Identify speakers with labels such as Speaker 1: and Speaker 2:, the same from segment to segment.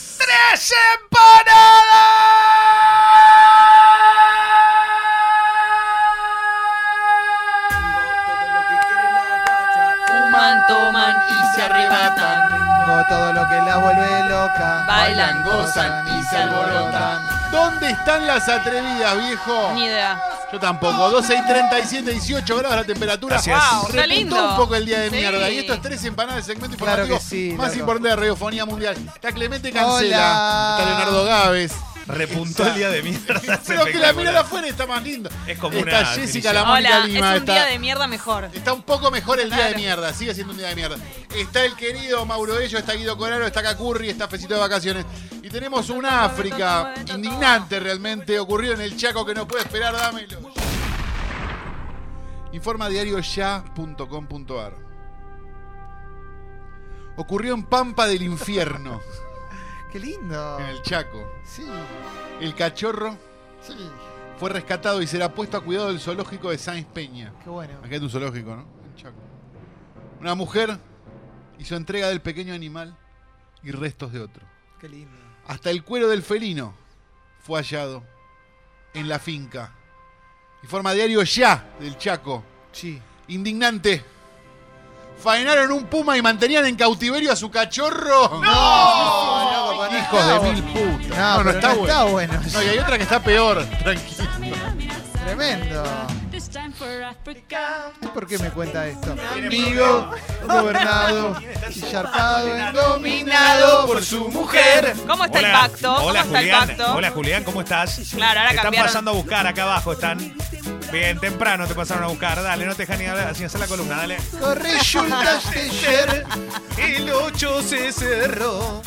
Speaker 1: las empanadas.
Speaker 2: Fuman, toman y se arrebatan.
Speaker 1: Tengo todo lo que las vuelve loca.
Speaker 2: Bailan, gozan y se alborotan.
Speaker 3: ¿Dónde están las atrevidas, viejo?
Speaker 2: Ni idea.
Speaker 3: Yo tampoco. 12 y 37, 18 grados la temperatura.
Speaker 4: Gracias. Wow,
Speaker 2: está
Speaker 3: Repuntó
Speaker 2: lindo.
Speaker 3: un poco el día de
Speaker 2: Sí.
Speaker 3: mierda. Y estos tres empanadas del segmento
Speaker 1: Claro
Speaker 3: informativo
Speaker 1: que sí,
Speaker 3: más
Speaker 1: loco.
Speaker 3: importante de radiofonía mundial. Está Clemente
Speaker 1: Hola.
Speaker 3: Cancela. Está Leonardo Gávez.
Speaker 4: Repuntó el día de mierda. Es
Speaker 3: Pero que la mirada
Speaker 4: espectacular.
Speaker 3: afuera está más linda.
Speaker 4: Es como
Speaker 3: está
Speaker 4: una
Speaker 3: Jessica,
Speaker 4: definición.
Speaker 3: la Mónica
Speaker 2: Hola, es
Speaker 3: Lima.
Speaker 2: un
Speaker 3: está,
Speaker 2: día de mierda mejor.
Speaker 3: está un poco mejor el día de
Speaker 2: Claro.
Speaker 3: mierda. Sigue siendo un día de mierda. Está el querido Mauro Ello, está Guido Coraro, está Cacurri, está Fecito de Vacaciones. Y tenemos una África indignante realmente. Ocurrido en el Chaco que no puede esperar. Dámelo. Informa diario ya.com.ar. Ocurrió en Pampa del Infierno,
Speaker 1: Qué lindo.
Speaker 3: en el Chaco.
Speaker 1: Sí,
Speaker 3: El cachorro
Speaker 1: sí.
Speaker 3: fue rescatado y será puesto a cuidado del zoológico de Sáenz Peña.
Speaker 1: Qué bueno.
Speaker 3: Acá es un zoológico, ¿no? El Chaco. Una mujer hizo entrega del pequeño animal y restos de otro.
Speaker 1: Qué lindo.
Speaker 3: Hasta el cuero del felino fue hallado en la finca. Informa diario ya del Chaco.
Speaker 1: Sí.
Speaker 3: Indignante. Faenaron un puma y mantenían en cautiverio a su cachorro.
Speaker 1: No, loco, no
Speaker 3: Hijos
Speaker 1: está
Speaker 3: de
Speaker 1: bueno.
Speaker 3: mil putas.
Speaker 1: No, pero no está bueno.
Speaker 3: No, y hay otra que está peor. Tranquilo.
Speaker 1: Tremendo.
Speaker 5: This time for Africa.
Speaker 1: ¿Tú por qué me cuenta esto?
Speaker 3: Amigo,
Speaker 1: gobernado y zarpado en
Speaker 4: Dominado por su mujer.
Speaker 2: Er, ¿Cómo está el
Speaker 4: Hola.
Speaker 2: pacto? ¿Cómo
Speaker 4: Hola,
Speaker 2: está el
Speaker 4: Julián.
Speaker 2: pacto?
Speaker 4: Hola, Julián, ¿cómo estás?
Speaker 2: Claro, ahora
Speaker 4: Te Están
Speaker 2: cambiaron.
Speaker 4: pasando a buscar acá abajo, están. Bien, temprano te pasaron a buscar. Dale, no te dejan ni hablar, sin hacer la columna, dale.
Speaker 1: Resulta ser
Speaker 4: El 8 se cerró.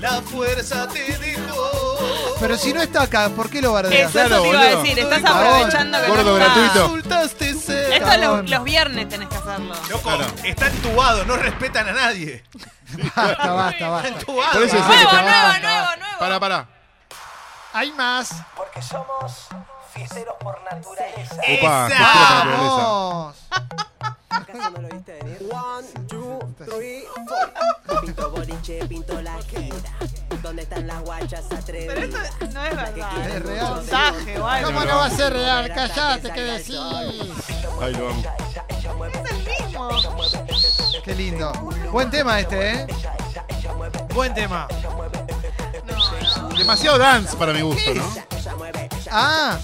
Speaker 4: La fuerza te dejó.
Speaker 1: Pero si no está acá, ¿por qué lo bardeas?
Speaker 2: Eso, eso te iba a
Speaker 3: boludo.
Speaker 2: decir. Estás
Speaker 1: Cagón,
Speaker 2: aprovechando que
Speaker 3: gordo
Speaker 2: no está.
Speaker 3: gratuito.
Speaker 1: Resultaste ser.
Speaker 2: Esto es lo-
Speaker 1: Cagón.
Speaker 2: los viernes tenés que hacerlo.
Speaker 4: Loco,
Speaker 3: Claro.
Speaker 4: está entubado, no respetan a nadie.
Speaker 1: Basta, basta, basta.
Speaker 4: Entubado.
Speaker 3: Por eso
Speaker 4: Ah,
Speaker 3: decía que
Speaker 2: Nuevo,
Speaker 3: está
Speaker 2: nuevo,
Speaker 3: mal.
Speaker 2: nuevo, nuevo.
Speaker 3: Pará, pará.
Speaker 1: Hay más.
Speaker 6: Porque somos fiesteros por naturaleza.
Speaker 3: Opa,
Speaker 4: Esa.
Speaker 3: quiero para la naturaleza.
Speaker 1: Vamos.
Speaker 6: ¿Acaso no lo viste venir? One, two, three, four. Pinto boliche, pinto la esquina. ¿Dónde están las guachas atrevidas?
Speaker 2: No es verdad.
Speaker 1: Es real.
Speaker 2: Mensaje o algo.
Speaker 1: ¿Cómo no va a ser real? Callate, que decís.
Speaker 3: Ahí lo vamos.
Speaker 1: Qué lindo. Buen tema este, ¿eh? Buen tema.
Speaker 3: Demasiado dance para mi gusto, ¿no?
Speaker 1: Ah,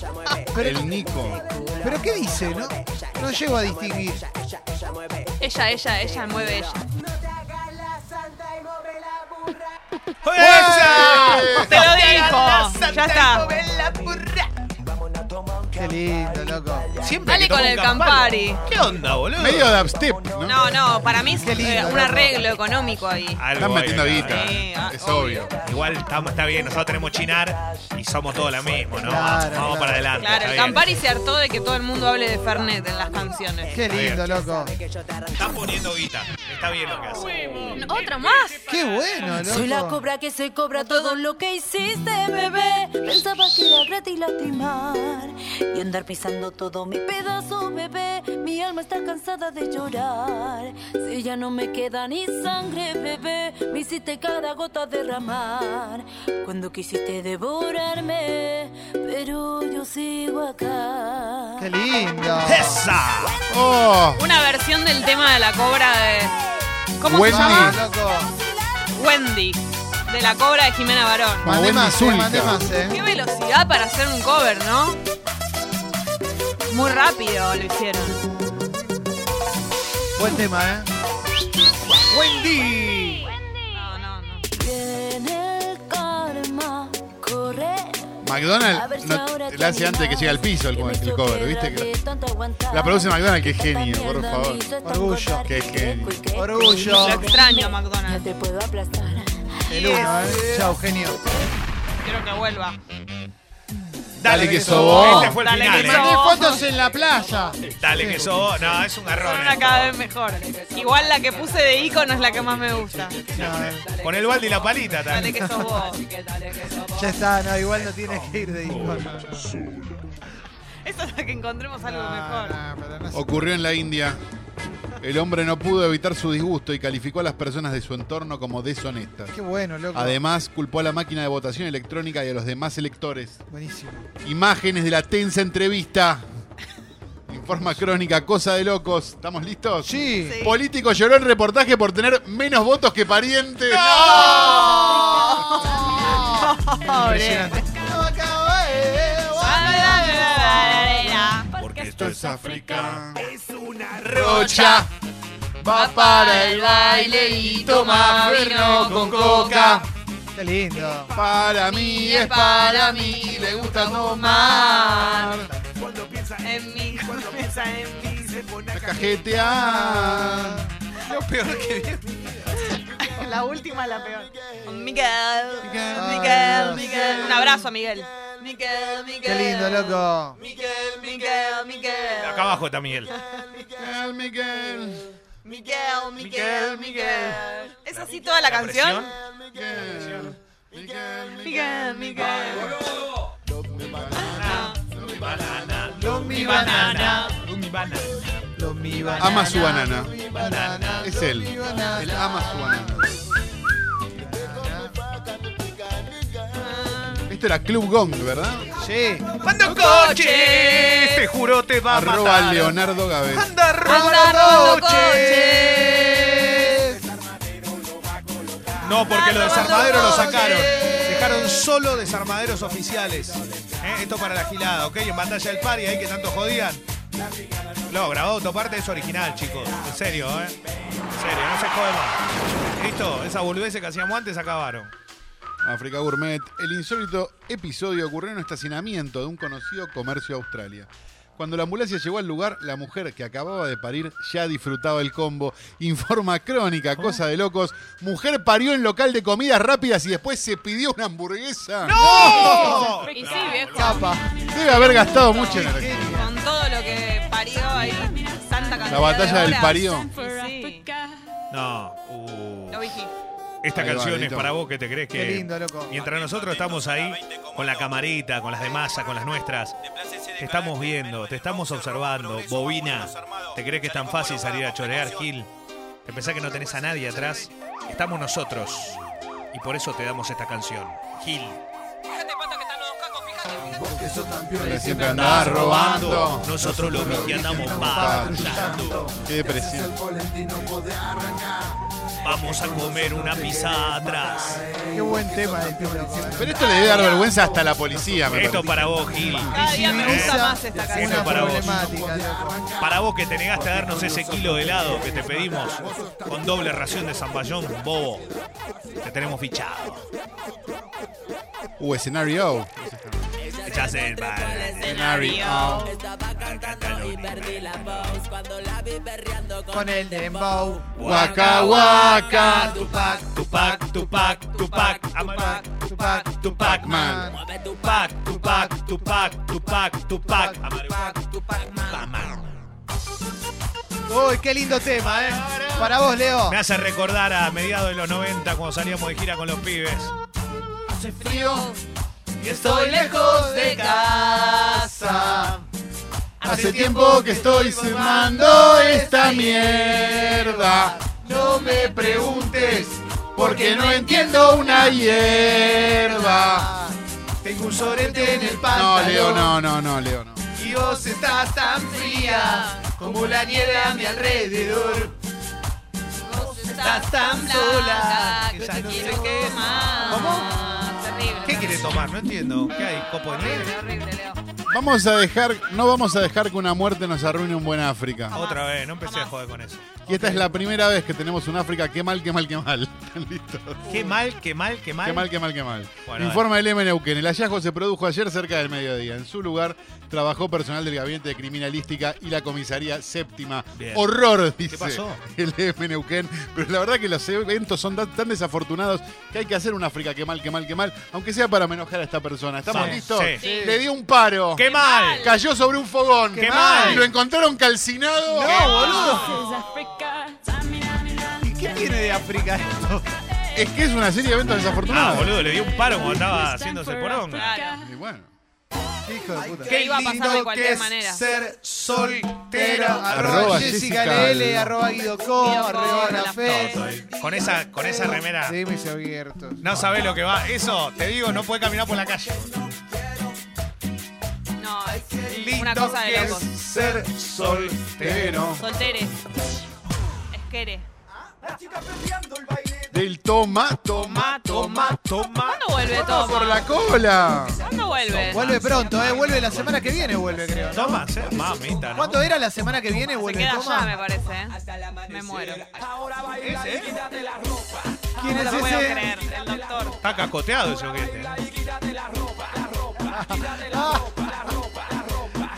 Speaker 1: pero,
Speaker 3: El Nico.
Speaker 1: pero ¿qué dice? No, no llego a distinguir.
Speaker 2: Ella, ella, ella mueve ella.
Speaker 4: ¡Esa!
Speaker 2: Te lo dijo. Ya está.
Speaker 1: Qué lindo, loco.
Speaker 4: Siempre
Speaker 2: Dale
Speaker 4: que tomo
Speaker 2: con
Speaker 4: un
Speaker 2: el Campari.
Speaker 4: ¿Qué onda, boludo?
Speaker 3: Medio de upstep, ¿no?
Speaker 2: No, no, para mí es
Speaker 1: Qué lindo,
Speaker 2: eh, un
Speaker 1: loco.
Speaker 2: arreglo económico ahí.
Speaker 4: Algo
Speaker 3: Están
Speaker 4: hay
Speaker 3: metiendo
Speaker 4: acá.
Speaker 3: guita.
Speaker 2: Sí, ah,
Speaker 3: Es obvio.
Speaker 4: Igual estamos, está bien, nosotros tenemos chinar y somos todos lo mismo, ¿no?
Speaker 1: Claro,
Speaker 4: Vamos
Speaker 1: claro.
Speaker 4: para adelante.
Speaker 2: Claro,
Speaker 4: está
Speaker 2: el
Speaker 4: bien.
Speaker 2: Campari se hartó de que todo el mundo hable de Fernet en las canciones.
Speaker 1: Qué lindo, loco.
Speaker 4: Están poniendo guita. Está bien lo que hace.
Speaker 2: ¿Otro más?
Speaker 1: Qué bueno,
Speaker 7: Soy la
Speaker 1: loco.
Speaker 7: cobra que se cobra todo lo que hiciste, bebé. Pensaba que era gratis lastimar y andar pisando todo mi pedazo, bebé. Mi alma está cansada de llorar. Si ya no me queda ni sangre, bebé, me hiciste cada gota derramar. Cuando quisiste devorarme, pero yo sigo acá.
Speaker 1: Qué lindo.
Speaker 4: ¡Esa!
Speaker 3: Oh,
Speaker 2: Una versión del tema de la cobra de. ¿Cómo
Speaker 3: Wendy.
Speaker 2: se
Speaker 1: Ah,
Speaker 2: llama?
Speaker 1: loco.
Speaker 2: Wendy. De la cobra de Jimena Barón.
Speaker 3: Como
Speaker 1: Mandé
Speaker 3: Wendy
Speaker 1: más, eh,
Speaker 3: Zulka.
Speaker 1: mandé más,
Speaker 2: Qué
Speaker 1: eh.
Speaker 2: velocidad para hacer un cover, ¿no? Muy rápido lo hicieron.
Speaker 1: Buen tema, eh.
Speaker 4: ¡Wendy!
Speaker 2: No, no, no.
Speaker 7: Viene el karma, corre A ver
Speaker 3: McDonald's
Speaker 7: si
Speaker 3: no,
Speaker 7: ahora
Speaker 3: la hace
Speaker 7: terminás,
Speaker 3: antes de que llegue al piso el,
Speaker 7: que me
Speaker 3: el cover,
Speaker 7: choquera
Speaker 3: ¿viste?
Speaker 7: de
Speaker 3: Que
Speaker 7: tanto aguantar.
Speaker 3: la produce McDonald's, que es
Speaker 7: Esta
Speaker 3: genio, por
Speaker 7: mierda
Speaker 3: favor.
Speaker 7: me hizo
Speaker 1: Orgullo.
Speaker 7: estar
Speaker 3: Qué genio.
Speaker 7: hueco y que
Speaker 1: Orgullo.
Speaker 2: Lo extraño a
Speaker 7: Ya
Speaker 2: McDonald's.
Speaker 7: te puedo aplastar.
Speaker 1: El uno, eh. Chao, genio.
Speaker 2: Quiero que vuelva.
Speaker 3: Dale que
Speaker 1: eso
Speaker 3: sobó.
Speaker 4: Este fue el
Speaker 2: Dale
Speaker 4: final.
Speaker 2: que
Speaker 4: ¿eh?
Speaker 2: sobó.
Speaker 1: fotos en la playa.
Speaker 4: Dale que eso. No, es un garrón.
Speaker 2: Suena
Speaker 4: eh.
Speaker 2: cada vez mejor. Igual la que puse de icono es la que más me gusta.
Speaker 4: Con el balde y la palita
Speaker 2: Dale
Speaker 4: también.
Speaker 2: que sos vos.
Speaker 1: Ya está, no, igual no tienes que ir de disco.
Speaker 2: Eso es la que encontremos algo
Speaker 1: No,
Speaker 2: mejor.
Speaker 1: no, pero no sé.
Speaker 3: Ocurrió en la India. El hombre no pudo evitar su disgusto y calificó a las personas de su entorno como deshonestas.
Speaker 1: Qué bueno, loco.
Speaker 3: Además, culpó a la máquina de votación electrónica y a los demás electores.
Speaker 1: Buenísimo.
Speaker 3: Imágenes de la tensa entrevista. Informa crónica, cosa de locos. ¿Estamos listos?
Speaker 1: Sí.
Speaker 3: Político lloró en reportaje por tener menos votos que parientes.
Speaker 2: Pobre.
Speaker 3: Porque esto es África. Es una rocha. Va para el baile y toma verno con coca.
Speaker 1: Qué lindo.
Speaker 3: Para mí es para mí, le gusta
Speaker 1: Ah.
Speaker 3: tomar.
Speaker 2: En mí,
Speaker 3: Cajetear.
Speaker 1: Lo peor que viene.
Speaker 8: La última la peor.
Speaker 2: Miguel, Miguel, Miguel. Un abrazo, a Miguel. Miguel, Miguel.
Speaker 1: Qué lindo, loco.
Speaker 2: Miguel, Miguel, Miguel.
Speaker 4: Acá abajo está Miguel.
Speaker 3: Miguel, Miguel.
Speaker 2: Miguel, Miguel, Miguel. ¿Es así toda la
Speaker 4: La
Speaker 2: canción?
Speaker 4: presión.
Speaker 3: Miguel. Miguel,
Speaker 2: Miguel, Miguel.
Speaker 1: Lo mi
Speaker 4: Banana. Mi banana.
Speaker 1: Lo mi banana.
Speaker 3: Ama su banana.
Speaker 1: banana.
Speaker 3: Es él. Él ama su banana. Esto era Club Gong, ¿verdad?
Speaker 1: Sí.
Speaker 4: Cuando coches,
Speaker 3: Este-
Speaker 4: te juro te va a
Speaker 3: Arroba
Speaker 4: matar.
Speaker 3: Leonardo Gávez.
Speaker 4: Anda,
Speaker 2: Anda robando
Speaker 4: coches. No, porque los desarmaderos lo sacaron.
Speaker 9: Dejaron solo desarmaderos oficiales. Eh, Esto para la gilada, ¿ok? En batalla del pari, ahí que tanto jodían.
Speaker 4: No, grabado autoparte es original, chicos. En serio, ¿eh? En serio, no se jode más. Listo, esas boludeces que hacíamos antes acabaron.
Speaker 3: África Gourmet. El insólito episodio ocurrió en un estacionamiento de un conocido comercio de Australia. Cuando la ambulancia llegó al lugar, la mujer que acababa de parir ya disfrutaba el combo. Informa crónica, cosa de locos. Mujer parió en local de comidas rápidas y después se pidió una hamburguesa.
Speaker 4: ¡No!
Speaker 2: Y sí, viejo.
Speaker 1: Capa.
Speaker 3: Debe haber gastado mucha energía.
Speaker 2: Con todo lo que parió ahí, santa cantidad
Speaker 3: La batalla
Speaker 2: de
Speaker 3: del
Speaker 2: horas.
Speaker 3: parió.
Speaker 5: For
Speaker 2: Sí.
Speaker 5: Africa.
Speaker 4: No. uh.
Speaker 2: Lo vigí.
Speaker 4: Esta
Speaker 3: Ahí va,
Speaker 4: canción es
Speaker 3: Lito.
Speaker 4: para vos que te crees que.
Speaker 1: Qué lindo, loco.
Speaker 4: Mientras nosotros estamos ahí con la camarita, con las de masa, con las nuestras, te estamos viendo, te estamos observando, bobina. ¿Te crees que es tan fácil salir a chorear, Gil? ¿Te pensás que no tenés a nadie atrás? Estamos nosotros. Y por eso te damos esta canción, Gil.
Speaker 3: Siempre andaba robando.
Speaker 4: Nosotros los que andamos patrullando.
Speaker 3: Qué depresión.
Speaker 4: Vamos a comer una pizza atrás.
Speaker 1: Qué buen tema este, loco.
Speaker 3: Pero esto le debe dar vergüenza hasta a la policía, me
Speaker 4: Esto
Speaker 3: parece.
Speaker 4: para vos, Gil.
Speaker 2: Cada día me gusta más esta canción.
Speaker 1: Una
Speaker 4: para vos.
Speaker 1: problemática, loco.
Speaker 4: Para vos que te negaste a darnos ese kilo de helado que te pedimos con doble ración de zamballón, bobo. Te tenemos fichado.
Speaker 3: Uh, escenario.
Speaker 4: Echás el
Speaker 3: Escenario.
Speaker 6: Estaba cantando y perdí la voz cuando la vi berreando con
Speaker 1: Con el dembow.
Speaker 3: Waka waka.
Speaker 1: Tupac,
Speaker 4: Tupac, Tupac, Tupac, Tupac,
Speaker 1: Tupac,
Speaker 4: Tupac,
Speaker 3: Man.
Speaker 6: Mueve tu
Speaker 4: Tupac, Tupac, Tupac, Tupac, Tupac, Tupac,
Speaker 1: Uy, qué lindo tema, eh. Para vos, Leo.
Speaker 4: Me hace recordar a mediados de los 90 cuando salíamos de gira con los pibes.
Speaker 1: Hace frío.
Speaker 4: Y
Speaker 1: Estoy lejos de casa.
Speaker 3: Hace tiempo que estoy fumando esta mierda. No me preguntes, porque no entiendo una hierba.
Speaker 1: Tengo un sorete en el
Speaker 3: No,
Speaker 1: pantalón.
Speaker 3: Leo, no, no, no, Leo, no.
Speaker 1: Y vos estás tan fría como la nieve a mi alrededor.
Speaker 2: Vos
Speaker 1: Estás tan sola
Speaker 2: que ya no sé qué más. Terrible.
Speaker 4: ¿Qué quiere tomar? No entiendo. ¿Qué hay? ¿Copo de nieve?
Speaker 2: Terrible, horrible, Leo.
Speaker 3: Vamos a dejar, no vamos a dejar que una muerte nos arruine un buen África.
Speaker 4: Otra vez, no empecé a joder con eso.
Speaker 3: Y esta es la primera vez que tenemos un África. Qué mal, qué mal, qué mal. Listo.
Speaker 4: Qué mal, qué mal, qué mal.
Speaker 3: Qué mal, qué mal, qué mal.
Speaker 4: Bueno,
Speaker 3: Informa el M Neuquén. El hallazgo se produjo ayer cerca del mediodía. En su lugar trabajó personal del gabinete de criminalística y la comisaría séptima.
Speaker 4: Bien.
Speaker 3: Horror, dice
Speaker 4: pasó?
Speaker 3: el M Neuquén. Pero la verdad que los eventos son tan, tan desafortunados que hay que hacer un África qué mal, qué mal, qué mal, aunque sea para enojar a esta persona. ¿Estamos
Speaker 4: Sí,
Speaker 3: listos?
Speaker 4: sí.
Speaker 2: Sí.
Speaker 3: Le dio un
Speaker 9: Oh.
Speaker 3: paro.
Speaker 4: ¡Qué mal!
Speaker 3: Cayó sobre un fogón.
Speaker 4: Qué mal.
Speaker 3: Y lo encontraron calcinado.
Speaker 5: This is Africa.
Speaker 9: ¿Y qué tiene de África esto?
Speaker 3: Es que es una serie de eventos
Speaker 4: Ah,
Speaker 3: desafortunados.
Speaker 4: boludo, le dio un paro cuando estaba haciéndose el poronga.
Speaker 2: Claro.
Speaker 3: Y bueno.
Speaker 1: Qué hijo de puta.
Speaker 2: Que iba a pasar de cualquier
Speaker 9: que es
Speaker 2: manera.
Speaker 9: ser soltera.
Speaker 3: Arroba
Speaker 1: Arroba Jessica
Speaker 3: Jessica
Speaker 1: LL, arroba Guido Com,
Speaker 2: Guido Com,
Speaker 1: arroba Ana
Speaker 2: la
Speaker 1: Fe.
Speaker 9: Con esa, con esa remera.
Speaker 1: Sí, mis abiertos.
Speaker 9: No sabés lo que va. Eso, te digo, no puede caminar por la calle.
Speaker 2: No, es una cosa de locos.
Speaker 9: ser soltero.
Speaker 2: Solteres. Esquere.
Speaker 3: Del toma, toma, toma, toma.
Speaker 2: ¿Cuándo vuelve
Speaker 3: Toma por
Speaker 2: Toma?
Speaker 3: la cola.
Speaker 2: ¿Cuándo vuelve?
Speaker 1: Vuelve pronto, eh. Vuelve la semana que viene, vuelve, creo. ¿no?
Speaker 4: Toma, ¿eh? mamita. ¿no?
Speaker 1: ¿Cuánto era la semana que viene?
Speaker 2: Se
Speaker 1: Vuelve,
Speaker 2: queda allá, me
Speaker 1: toma.
Speaker 2: parece. ¿eh? Me muero.
Speaker 1: ¿Quién
Speaker 2: No
Speaker 1: es
Speaker 2: lo puedo
Speaker 1: ese?
Speaker 2: creer, el doctor.
Speaker 4: Está cacoteado ese ojete.
Speaker 9: ¿eh?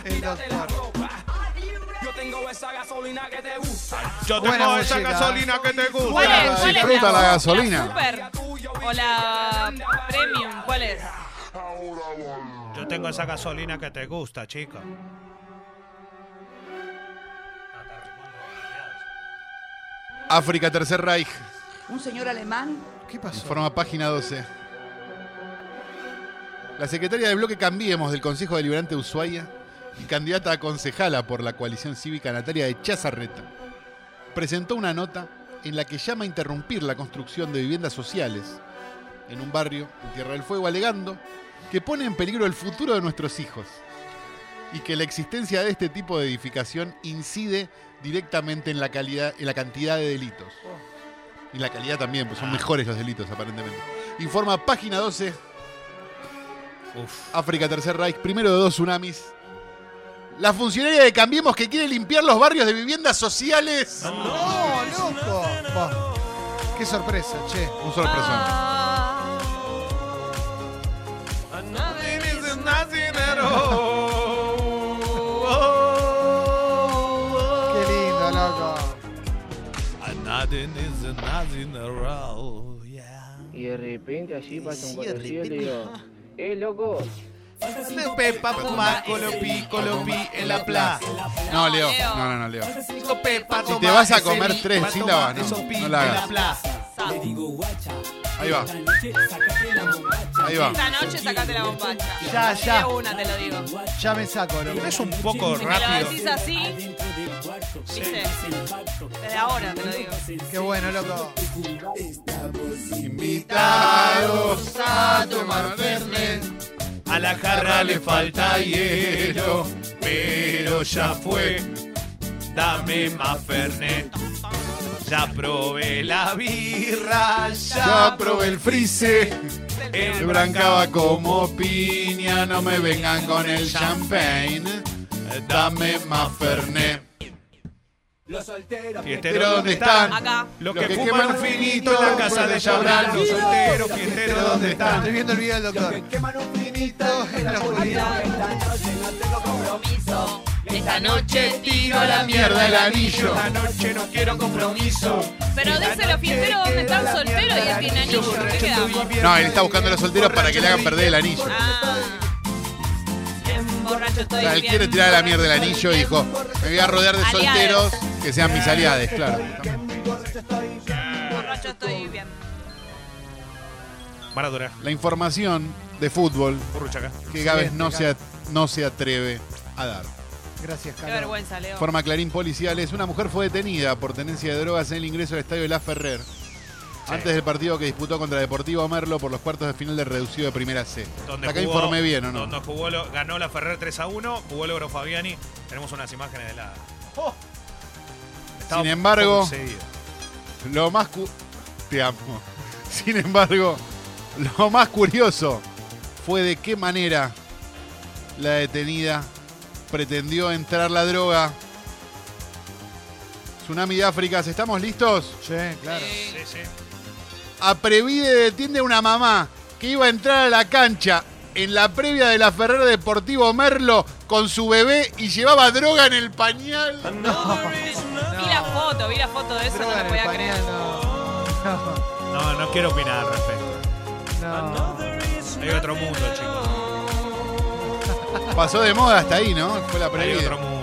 Speaker 1: El doctor.
Speaker 9: Yo
Speaker 1: Buena
Speaker 9: tengo esa
Speaker 1: música.
Speaker 9: gasolina que te gusta.
Speaker 2: ¿Cuál es? ¿Cuál es
Speaker 3: Disfruta la gasolina.
Speaker 2: ¿La super o la premium? ¿Cuál es?
Speaker 4: Yo tengo esa gasolina que te gusta, chico.
Speaker 3: África, Tercer Reich.
Speaker 10: Un señor alemán
Speaker 1: ¿Qué pasó?
Speaker 3: Informa página 12. La secretaria del bloque Cambiemos del Consejo Deliberante de Ushuaia y candidata a concejala por la coalición cívica Natalia de Chazarreta presentó una nota en la que llama a interrumpir la construcción de viviendas sociales en un barrio en Tierra del Fuego alegando que pone en peligro el futuro de nuestros hijos y que la existencia de este tipo de edificación incide directamente en la, calidad, en la cantidad de delitos. Y la calidad también, pues son mejores los delitos aparentemente. Informa página 12. África, Tercer Reich, primero de dos tsunamis. La funcionaria de Cambiemos que quiere limpiar los barrios de viviendas sociales.
Speaker 1: No, ¡Oh, loco. Buah. Qué sorpresa, che.
Speaker 3: Un sorpresón.
Speaker 1: Qué lindo, loco.
Speaker 10: y de repente allí pasa un conocido y le digo, eh loco,
Speaker 9: Pepa, Puma, Colopi, Colopi en la plaza.
Speaker 3: No, Leo.
Speaker 2: Leo.
Speaker 3: No, no, no, Leo.
Speaker 9: Pepa,
Speaker 3: Si te vas a comer tres sílabas, no, no la hagas.
Speaker 9: plaza.
Speaker 3: Ahí va. Ahí va.
Speaker 2: Esta noche sacate la bombacha.
Speaker 1: Ya, ya.
Speaker 2: De una te lo digo.
Speaker 1: Ya me saco, loco.
Speaker 4: ¿No es un poco
Speaker 2: Si me lo
Speaker 4: rápido?
Speaker 2: decís así, viste, desde ahora te lo digo.
Speaker 1: Qué bueno, loco.
Speaker 3: Invitados a tomar Fernet.
Speaker 4: A la jarra le falta hielo, pero ya fue. Dame más Fernet. Ya probé la birra,
Speaker 3: Ya
Speaker 4: ya
Speaker 3: probé el frise.
Speaker 4: el
Speaker 3: El brancaba como piña, no me vengan con el champagne. Dame más Fernet.
Speaker 4: Fiestero, este
Speaker 3: Pero ¿dónde están?
Speaker 2: Acá.
Speaker 4: Los que fuman finito en la casa de Chabrán. Los solteros, fiesteros, ¿dónde están?
Speaker 1: Estoy viendo el video del doctor. en la oscuridad.
Speaker 2: Esta noche
Speaker 3: Tiro a la mierda el anillo.
Speaker 4: Esta noche no quiero compromiso.
Speaker 2: Pero dice los fiesteros dónde están solteros y él tiene anillo. ¿Qué quedamos?
Speaker 3: No, él está buscando a los solteros para que le hagan perder el anillo.
Speaker 2: Ah. Bien borracho
Speaker 3: O
Speaker 2: estoy.
Speaker 3: sea, él
Speaker 2: bien
Speaker 3: quiere tirar a la mierda el
Speaker 2: borracho
Speaker 3: anillo y
Speaker 2: estoy.
Speaker 3: dijo, me voy a rodear de
Speaker 2: Aliados.
Speaker 3: solteros que sean mis aliades, claro.
Speaker 2: Borracho estoy bien.
Speaker 4: Maradona,
Speaker 3: La información de fútbol
Speaker 4: Urruchaca.
Speaker 3: que Gávez no se, no se atreve a dar.
Speaker 1: Gracias,
Speaker 2: Qué
Speaker 1: Carlos.
Speaker 2: vergüenza, Leo.
Speaker 3: Forma Clarín Policiales, una mujer fue detenida por tenencia de drogas en el ingreso al estadio de La Ferrer. Antes del partido que disputó contra Deportivo Merlo por los cuartos de final del reducido de Primera C.
Speaker 4: Donde
Speaker 3: Acá
Speaker 4: jugó-
Speaker 3: informé bien, ¿o no?
Speaker 4: Donde jugó, lo- ganó la Ferrer 3 a 1, jugó logro Fabiani. Tenemos unas imágenes de la. ¡Oh! Estaba
Speaker 3: Sin embargo-
Speaker 4: poseído.
Speaker 3: Lo más cu- Te amo. Sin embargo, lo más curioso fue de qué manera la detenida pretendió entrar la droga. Tsunami de África, ¿estamos listos?
Speaker 1: Che, claro.
Speaker 2: Sí.
Speaker 4: Sí, sí.
Speaker 3: A Previde detiene a una mamá que iba a entrar a la cancha en la previa de la Ferrer Deportivo Merlo con su bebé y llevaba droga en el pañal.
Speaker 2: Vi la foto, vi la foto de eso, no
Speaker 1: Droga
Speaker 2: lo
Speaker 1: en el
Speaker 2: podía creer.
Speaker 1: pañal, no.
Speaker 4: No, no quiero opinar al respecto.
Speaker 1: No, no.
Speaker 4: Hay otro mundo, chicos.
Speaker 3: Pasó de moda hasta ahí, ¿no? Fue la
Speaker 4: Hay
Speaker 3: Previde.
Speaker 4: otro mundo.